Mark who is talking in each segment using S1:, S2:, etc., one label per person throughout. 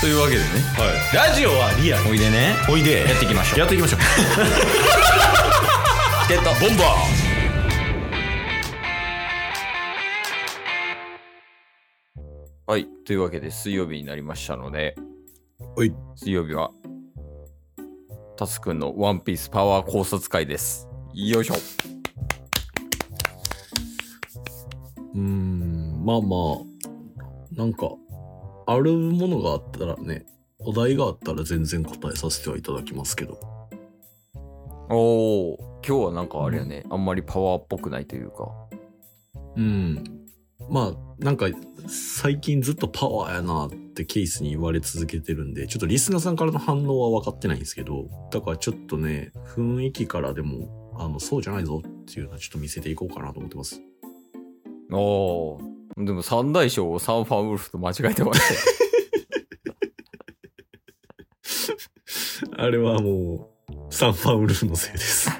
S1: というわけでね
S2: ラジオはリアル
S1: おいでね
S2: おいで
S1: やっていきましょう
S2: やっていきましょう
S1: チケットボンバーはいというわけで水曜日になりましたので
S2: はい
S1: 水曜日はタスくんのワンピースパワー考察会ですよいしょ
S3: うーん、まあまあ、なんか、あるものがあったらね、お題があったら全然答えさせてはいただきますけど。
S1: おお今日はなんかあれやね、あんまりパワーっぽくないというか
S3: うん。まあ、なんか、最近ずっとパワーやなってケイスに言われ続けてるんで、ちょっとリスナーさんからの反応は分かってないんですけど、だからちょっとね、雰囲気からでも、あの、そうじゃないぞっていうのはちょっと見せていこうかなと思ってます。
S1: おおでも三大将をサンファンウルフと間違えてましたよ
S3: あれはもう、サンファウルフのせい です。ほ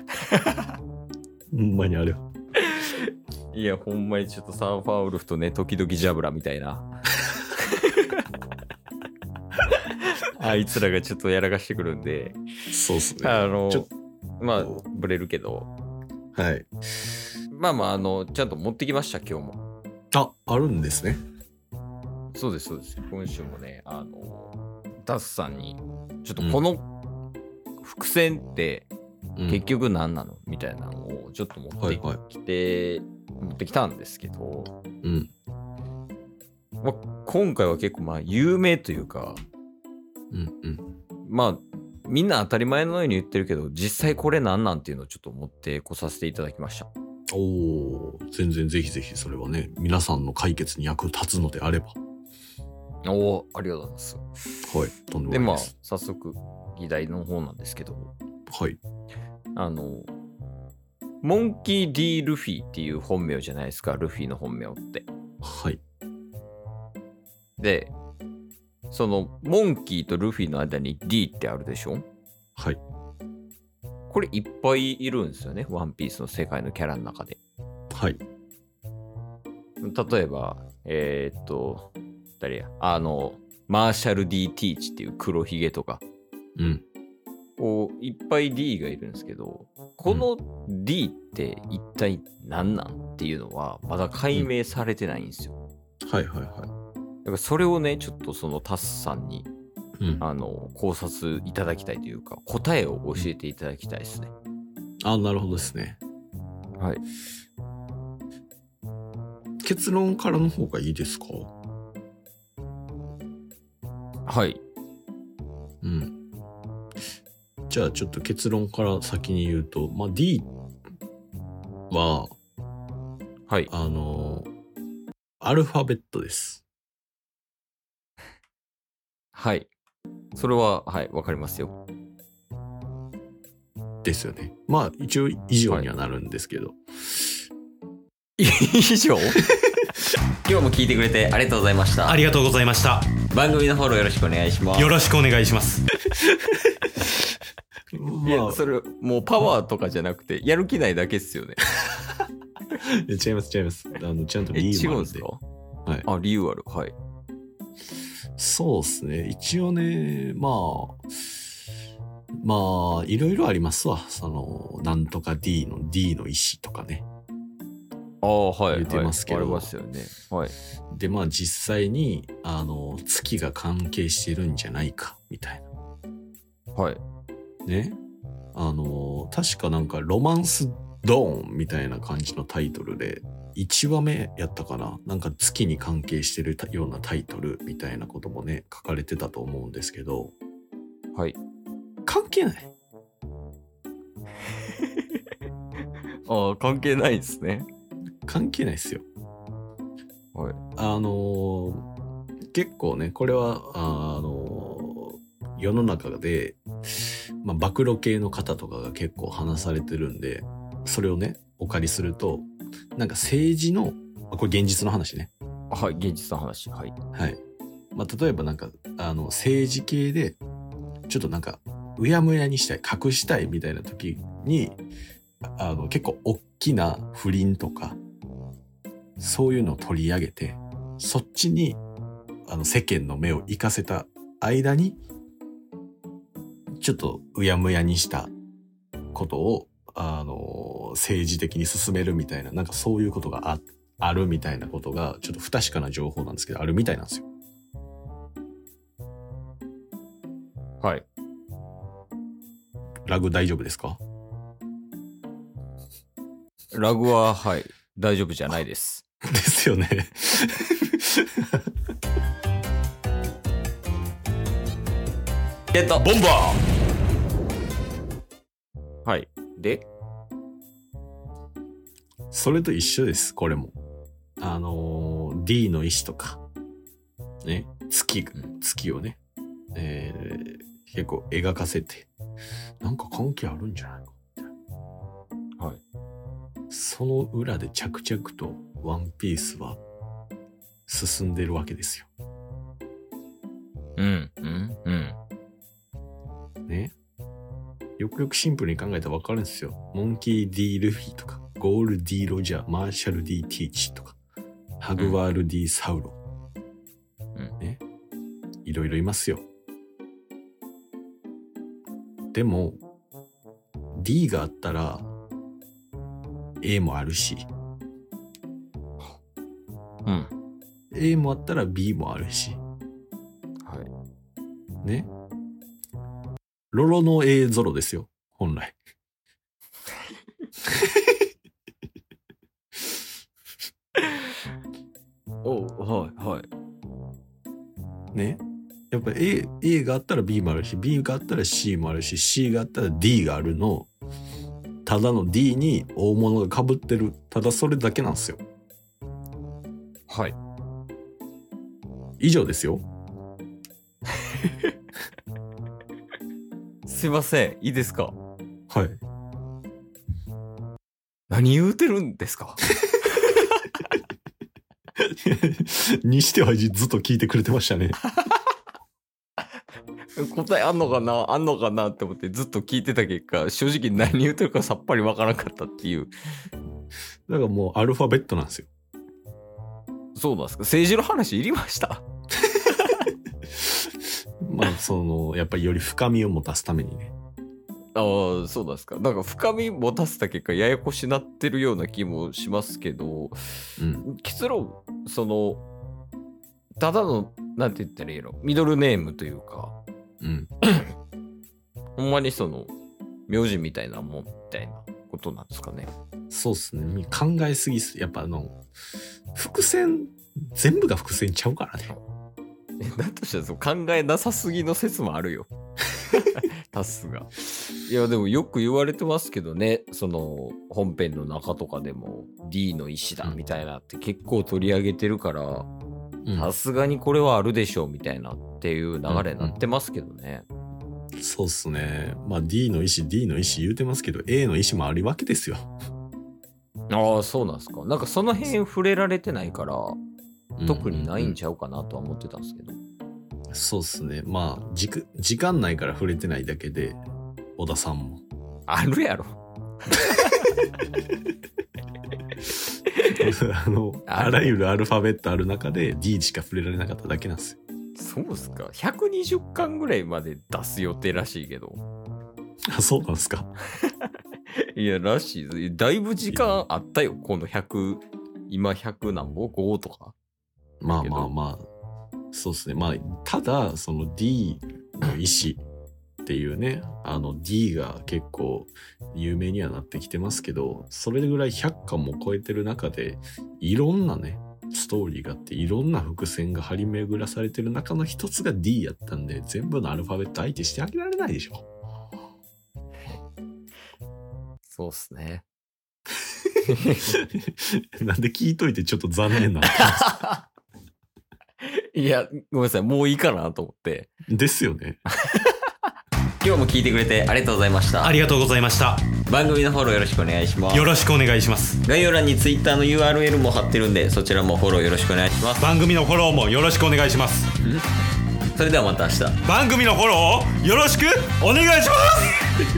S3: んまにあれは。
S1: いやほんまにちょっとサンファンウルフとね時々ジャブラみたい なあいつらがちょっとやらかしてくるんで
S3: そうっすね。
S1: あの
S3: ちょ
S1: まあブレるけど
S3: はい。
S1: まあまああのちゃんと持ってきました今日も
S3: あ、あるんですね。
S1: そうですそうです今週もねあのダスさんにちょっとこの伏線って、結局何なのみたいなのをちょっと持っ
S3: は
S1: て
S3: いはい。
S1: きて、持ってきたんですけど、
S3: うん。
S1: まあ、今回は結構まあ有名というか
S3: うんうん。
S1: まあみんな当たり前のように言ってるけど実際これ何なんていうのをちょっと持ってこさせていただきました
S3: おー全然ぜひぜひそれはね、皆さんの解決に役立つのであれば。
S1: おおありがとうございます
S3: はい。とんで
S1: で
S3: もな
S1: ま
S3: い
S1: あ
S3: です。
S1: 早速議題の方なんですけど
S3: はい。
S1: あのモンキー・ D ・ルフィっていう本名じゃないですかルフィの本名って
S3: はい。
S1: でそのモンキーとルフィの間に D ってあるでしょ
S3: はい。
S1: これいっぱいいるんですよね、ワンピースの世界のキャラの中で。
S3: はい。
S1: 例えば、えーっと、誰や、あの、マーシャル・ D ・ティーチっていう黒ひげとか、
S3: うん。
S1: こういっぱい D がいるんですけど、この D って一体何なんっていうのは、まだ解明されてないんですよ。
S3: はいはいは
S1: だからそれをね、ちょっとそのタスさんに、
S3: い。うん。あ
S1: あの、考察いただきたいというか、答えを教えていただきたいですね。
S3: なるほどですね。
S1: はい。
S3: 結論からの方がいいですか
S1: はい。
S3: うん。じゃあちょっと結論から先に言うと、まあ D は、
S1: はい。
S3: あのーアルファベットです。
S1: はい。それは、はい、わかりますよ。
S3: ですよね。まあ一応以上にはなるんですけど。
S1: 以上 今日も聞いてくれてありがとうございました
S2: ありがとうございました
S1: 番組のフォローよろしくお願いします
S2: よろしくお願いします
S1: いやそれもうパワーとかじゃなくてやる気ないだけっすよね
S3: 違います違います。あのちゃんと
S1: え
S3: 理
S1: 違
S3: 由も
S1: うん
S3: ある
S1: で
S3: ん
S1: す
S3: で
S1: か。
S3: はい
S1: あ理由あるはい
S3: そうですね。一応ね、まあ、まあ、いろいろありますわ。その、なんとか D の D の意思とかね。
S1: ああはい
S3: 言ってますけど
S1: はい、ありますよねはい
S3: で、まあ実際に、あの、月が関係してるんじゃないか、みたい
S1: はい
S3: な。ね。あの、確かなんかロマンスドーンみたいな感じのタイトルで、1話目やったかななんか月に関係してるようなタイトルみたいなこともね、書かれてたと思うんですけど、
S1: はい
S3: 関係ない。
S1: ああ関係ないですね
S3: 関係ないですよ。
S1: はい
S3: あのー結構ね、これは、あのー世の中で、まあ、暴露系の方とかが結構話されてるんで、それをね、お借りすると、なんか政治の、あこれ現実の話ね。
S1: はい現実の話はい
S3: はい。まあ、例えばなんか、あの、政治系で、ちょっとなんか、うやむやにしたい、隠したいみたいな時に、ああの、結構大きな不倫とか、そういうのを取り上げて、そっちに、あの、世間の目を活かせた間に、ちょっとうやむやにしたことを、あの、政治的に進めるみたいな、なんかそういうことがああるみたいなことが、ちょっと不確かな情報なんですけど、あるみたいなんですよ。
S1: はい。
S3: ラグ大丈夫ですか
S1: ラグは、はい。大丈夫じゃないです。
S3: ですよね。
S1: えっと、
S2: ボンバ
S1: はい。で、
S3: それと一緒です、これも。あのー D の石とか、ね、月、月をね、えー結構描かせて、なんか関係あるんじゃないかみたいな。
S1: はい。
S3: その裏で着々とワンピースは進んでるわけですよ。
S1: うん、うん、うん。
S3: ね。よくよくシンプルに考えたらわかるんですよ。モンキー D ・ルフィとか、ゴール D ・ロジャー、マーシャル D ・ティーチとか、ハグワール D ・サウロ。
S1: うん
S3: ね。いろいろいますよ。でも、D があったら、A もあるし、
S1: うん。
S3: A もあったら B もあるし、
S1: はい。
S3: ね。ロロの A ゾロですよ、本来。
S1: おはい、はい。
S3: ね。やっぱ A, A があったら B もあるし、B があったら C もあるし、C があったら D があるの、ただの D に大物が被ってる、ただそれだけなんですよ。
S1: はい。
S3: 以上ですよ。
S1: すいません。いいですか
S3: はい。
S1: 何言うてるんですか
S3: にしてはずっと聞いてくれてましたね。
S1: 答えあんのかなあんのかなって思ってずっと聞いてた結果、正直何言うてるかさっぱりわからなかったっていう。
S3: だからもうアルファベットなんですよ。
S1: そうなんですか政治の話いりました
S3: まあ、その、 やっぱりより深みを持たすためにね。
S1: ああ、そうなんですか。なんか深み持たせた結果、ややこしなってるような気もしますけど、
S3: うん。
S1: 結論、その、ただの、なんて言ったらいいの、ミドルネームというか、
S3: うん。
S1: ほんまにその、名字みたいなもんみたいなことなんですかね。
S3: そうっすね。考えすぎっす。やっぱあの、伏線、全部が伏線ちゃうからね。
S1: えだとしたらその考えなさすぎの説もある よ。タスが。いや、でもよく言われてますけどね、その本編の中とかでも D の石だみたいなって結構取り上げてるから、
S3: うん
S1: さすがにこれはあるでしょうみたいなっていう流れになってますけどね。
S3: そうっすね。まあ D の意思、D の意思言うてますけど、A の意思もあるわけですよ。
S1: ああ、そうなんですか。なんかその辺触れられてないから、特にないんちゃうかなとは思ってたんですけど。
S3: うんうんそうっすね。まあ、時間時間内から触れてないだけで、小田さんも。
S1: あるやろ。
S3: あの、
S1: あ
S3: あらゆるアルファベットある中で D しか触れられなかっただけなんですよ。
S1: そうっすか。120巻ぐらいまで出す予定らしいけど。
S3: あ、そうなんですか。
S1: いや、らしいぜ。だいぶ時間あったよ、この100、今100何ぼ ?5 とか。
S3: まあ
S1: けど
S3: まあまあ、そうっすね。まあ、ただ、その D の意思っていうね、あの D が結構有名にはなってきてますけど、それぐらい100巻も超えてる中で、いろんなね、ストーリーがあって、いろんな伏線が張り巡らされてる中の一つが D やったんで、全部のアルファベット相手してあげられないでしょ。
S1: そうっすね。
S3: なんで聞いといてちょっと残念な。
S1: いや、ごめんなさい、もういいかなと思って。
S3: ですよね。
S1: 今日も聞いてくれてありがとうございまし
S2: ーあ
S1: た。
S2: りがとうございました。
S1: 番組のフォローよろしくお願いします
S2: よ。ろしくお願いします。
S1: 概要欄に Twitter の URL も貼ってるんで、そちらもフォローよろしくお願いします。
S2: 番組のフォローもよろしくお願いします。
S1: それではまた明日。
S2: 番組のフォローをよろしくお願いします